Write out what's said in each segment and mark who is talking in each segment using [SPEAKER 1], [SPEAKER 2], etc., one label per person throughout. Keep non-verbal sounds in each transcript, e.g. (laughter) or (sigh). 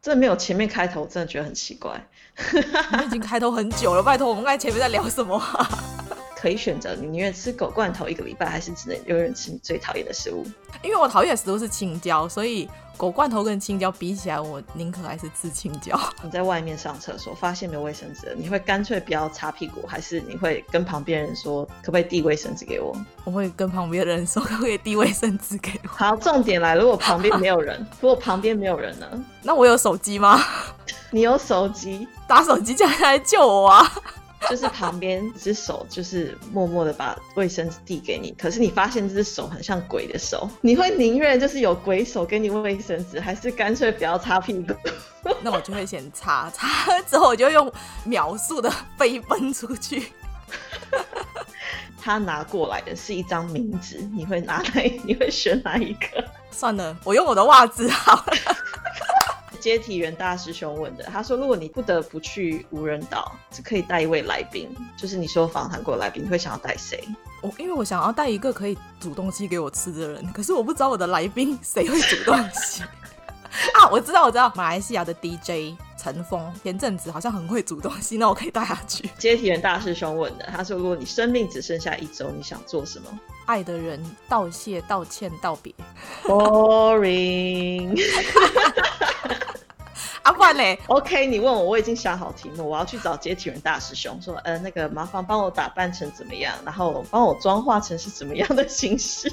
[SPEAKER 1] 这没有前面开头，我真的觉得很奇怪。
[SPEAKER 2] 我们已经开头很久了，拜托，我们刚才前面在聊什么 (laughs) 啊？
[SPEAKER 1] 可以选择你宁愿吃狗罐头一个礼拜，还是只能永远吃你最讨厌的食物？
[SPEAKER 2] 因为我讨厌的食物是青椒，所以狗罐头跟青椒比起来，我宁可还是吃青椒。 (laughs)
[SPEAKER 1] 你在外面上厕所发现没有卫生纸了，你会干脆不要擦屁股，还是你会跟旁边人说可不可以递卫生纸给我？
[SPEAKER 2] 我会跟旁边的人说，可不可以递卫生纸给我？ (laughs)
[SPEAKER 1] 好，重点来，如果旁边没有人，如果旁边没有人呢？
[SPEAKER 2] 那我有手机吗？ (laughs)
[SPEAKER 1] 你有手机，
[SPEAKER 2] 打手机叫人来救我啊！ (laughs)
[SPEAKER 1] 就是旁边一只手就是默默的把卫生纸递给你，可是你发现这只手很像鬼的手，你会宁愿就是有鬼手给你卫生纸，还是干脆不要擦屁股？
[SPEAKER 2] 那我就会先擦 (laughs) 擦，之后我就用秒速的飞奔出去。 (laughs)
[SPEAKER 1] 他拿过来的是一张名纸，你会拿哪一？你会选哪一个？
[SPEAKER 2] 算了，我用我的袜子啊好了。
[SPEAKER 1] 接体员大师兄问的，他说：“如果你不得不去无人岛，只可以带一位来宾，就是你说访谈过的来宾，你会想要带谁？
[SPEAKER 2] 我因为我想要带一个可以煮东西给我吃的人，可是我不知道我的来宾 (laughs) 谁会煮东西啊！我知道，我知道，马来西亚的 DJ 陈峰前阵子好像很会煮东西，那我可以带他去。
[SPEAKER 1] 接体员大师兄问的，他说：“如果你生命只剩下一周，你想做什么
[SPEAKER 2] 爱的人道谢、道歉、道别
[SPEAKER 1] ？”Boring 。
[SPEAKER 2] 啊，不然嘞，
[SPEAKER 1] (laughs) OK，你问我，我已经想好题目，我要去找接体员大师兄说：“呃，那个麻烦帮我打扮成怎么样，然后帮我妆化成是怎么样的形式。”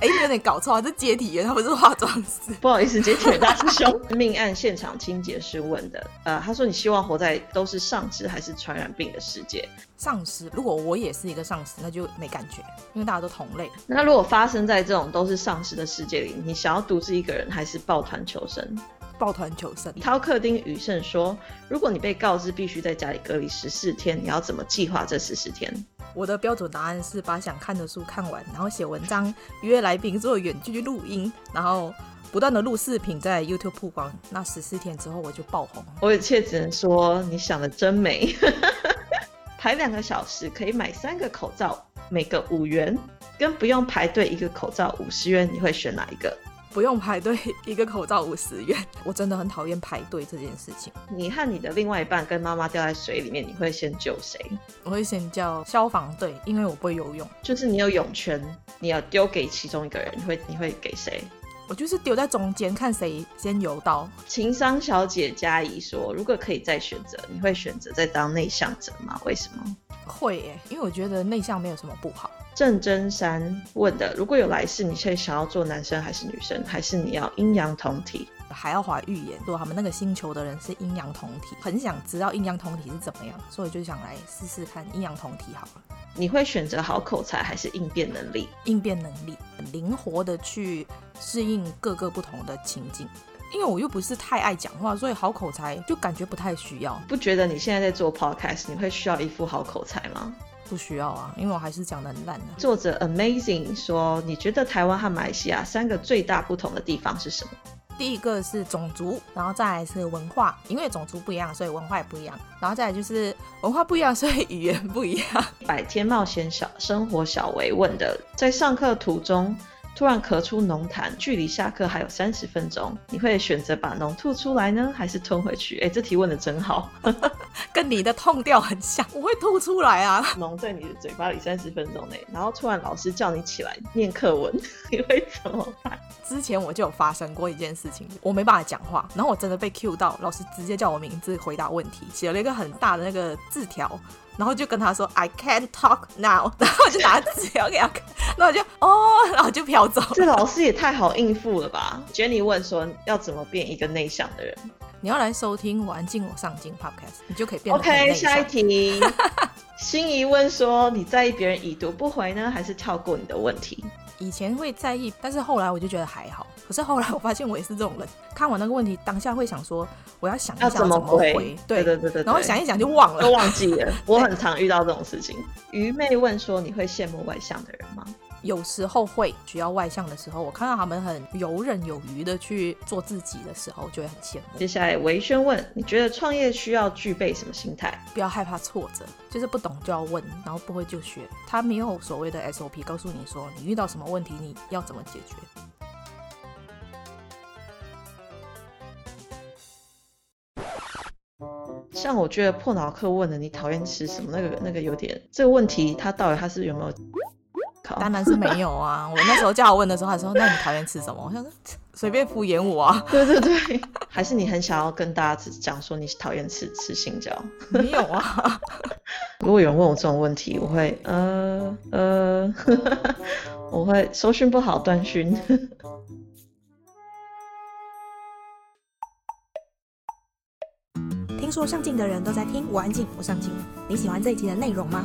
[SPEAKER 2] 哎、你有点搞错，这接体员他不是化妆师。
[SPEAKER 1] 不好意思，接体员大师兄， (laughs) 命案现场清洁师问的，呃，他说你希望活在都是丧尸还是传染病的世界？
[SPEAKER 2] 上司，如果我也是一个上司，那就没感觉，因为大家都同类。
[SPEAKER 1] 那如果发生在这种都是丧尸的世界里，你想要独自一个人还是抱团求生？
[SPEAKER 2] 抱团求生，
[SPEAKER 1] 陶克丁宇胜说，如果你被告知必须在家里隔离十四天，你要怎么计划这十四天？
[SPEAKER 2] 我的标准答案是把想看的书看完，然后写文章，约来宾做远距离录音，然后不断的录视频在 YouTube 曝光。那十四天之后我就爆红。
[SPEAKER 1] 我一切只能说，你想的真美。 (laughs) 排两个小时可以买三个口罩，每个五元，跟不用排队一个口罩五十元，你会选哪一个？
[SPEAKER 2] 不用排队，一个口罩五十元。我真的很讨厌排队这件事情。
[SPEAKER 1] 你和你的另外一半跟妈妈掉在水里面，你会先救谁？
[SPEAKER 2] 我会先叫消防队，因为我不会游泳。
[SPEAKER 1] 就是你有泳圈，你要丢给其中一个人，你会你会给谁？
[SPEAKER 2] 我就是丢在中间，看谁先游到。
[SPEAKER 1] 情商小姐佳怡说：“如果可以再选择，你会选择再当内向者吗？为什么
[SPEAKER 2] 会耶、因为我觉得内向没有什么不好。？”
[SPEAKER 1] 郑真山问的：“如果有来世，你会想要做男生还是女生？还是你要阴阳同体
[SPEAKER 2] 还要华预言，说他们那个星球的人是阴阳同体，很想知道阴阳同体是怎么样，所以我就想来试试看阴阳同体好了。？”
[SPEAKER 1] 你会选择好口才还是应变能力？
[SPEAKER 2] 应变能力，很灵活的去适应各个不同的情境。因为我又不是太爱讲话，所以好口才就感觉不太需要，
[SPEAKER 1] 不觉得你现在在做 podcast，你会需要一副好口才吗？
[SPEAKER 2] 不需要啊，因为我还是讲的很烂啊。
[SPEAKER 1] 作者 Amazing 说：“你觉得台湾和马来西亚三个最大不同的地方是什么？
[SPEAKER 2] 第一个是种族，然后再来是文化，因为种族不一样，所以文化也不一样，然后再来就是文化不一样，所以语言不一样。
[SPEAKER 1] 百天冒险小生活小维问的，在上课途中突然咳出浓痰，距离下课还有三十分钟，你会选择把脓吐出来呢，还是吞回去？哎，这题问的真 (laughs) 好，
[SPEAKER 2] 跟你的痛调很像，我会吐出来啊！
[SPEAKER 1] 脓在你的嘴巴里三十分钟内，然后突然老师叫你起来念课文， (laughs) 你会怎么办？
[SPEAKER 2] 之前我就有发生过一件事情，我没办法讲话，然后我真的被 Q 到，老师直接叫我名字回答问题，写了一个很大的那个字条，然后就跟他说 I can't talk now，然 (laughs) 后我就拿字条给他 (laughs) 看，然后我就哦，然后就飘走。
[SPEAKER 1] 这老师也太好应付了吧？Jenny 问说要怎么变一个内向的人
[SPEAKER 2] 你要来收听我安静我上进 Podcast，你就可以变得很内
[SPEAKER 1] ？OK，
[SPEAKER 2] 向
[SPEAKER 1] 下一
[SPEAKER 2] (laughs)
[SPEAKER 1] 题。心仪问说：“你在意别人已读不回呢，还是跳过你的问题？”
[SPEAKER 2] 以前会在意，但是后来我就觉得还好。可是后来我发现我也是这种人，看完那个问题当下会想说，我要想一下
[SPEAKER 1] 要
[SPEAKER 2] 我
[SPEAKER 1] 怎
[SPEAKER 2] 怎
[SPEAKER 1] 么
[SPEAKER 2] 么
[SPEAKER 1] 回？
[SPEAKER 2] 对
[SPEAKER 1] 对对对，
[SPEAKER 2] 然后
[SPEAKER 1] 对
[SPEAKER 2] 想一想就忘了
[SPEAKER 1] 都。忘记了。我很常遇到这种事情。愚昧问说：“你会羡慕外向的人吗
[SPEAKER 2] 有时候会需要外向的时候，我看到他们很游刃有余的去做自己的时候，就会很羡？”慕。
[SPEAKER 1] 接下来维轩问：“你觉得创业需要具备什么心态
[SPEAKER 2] 不要害怕挫折，就是不懂就要问，然后不会就学。他没有所谓的 SOP 告诉你说你遇到什么问题，你要怎么解决。
[SPEAKER 1] 像我觉得破脑课问的你讨厌吃什么那个那个有点这个问题，它到底它是有没有？靠
[SPEAKER 2] 当然是没有啊！我那时候叫他问的时候，他说：“那你讨厌吃什么？”我想说随便敷衍我啊，
[SPEAKER 1] 对对对，还是你很想要跟大家只讲说你讨厌吃吃青椒？
[SPEAKER 2] 没有啊。
[SPEAKER 1] 如果有人问我这种问题，我会呃呃， (laughs) 我会收讯不好断讯。
[SPEAKER 3] 听说上镜的人都在听，我安静，我上镜。你喜欢这一集的内容吗？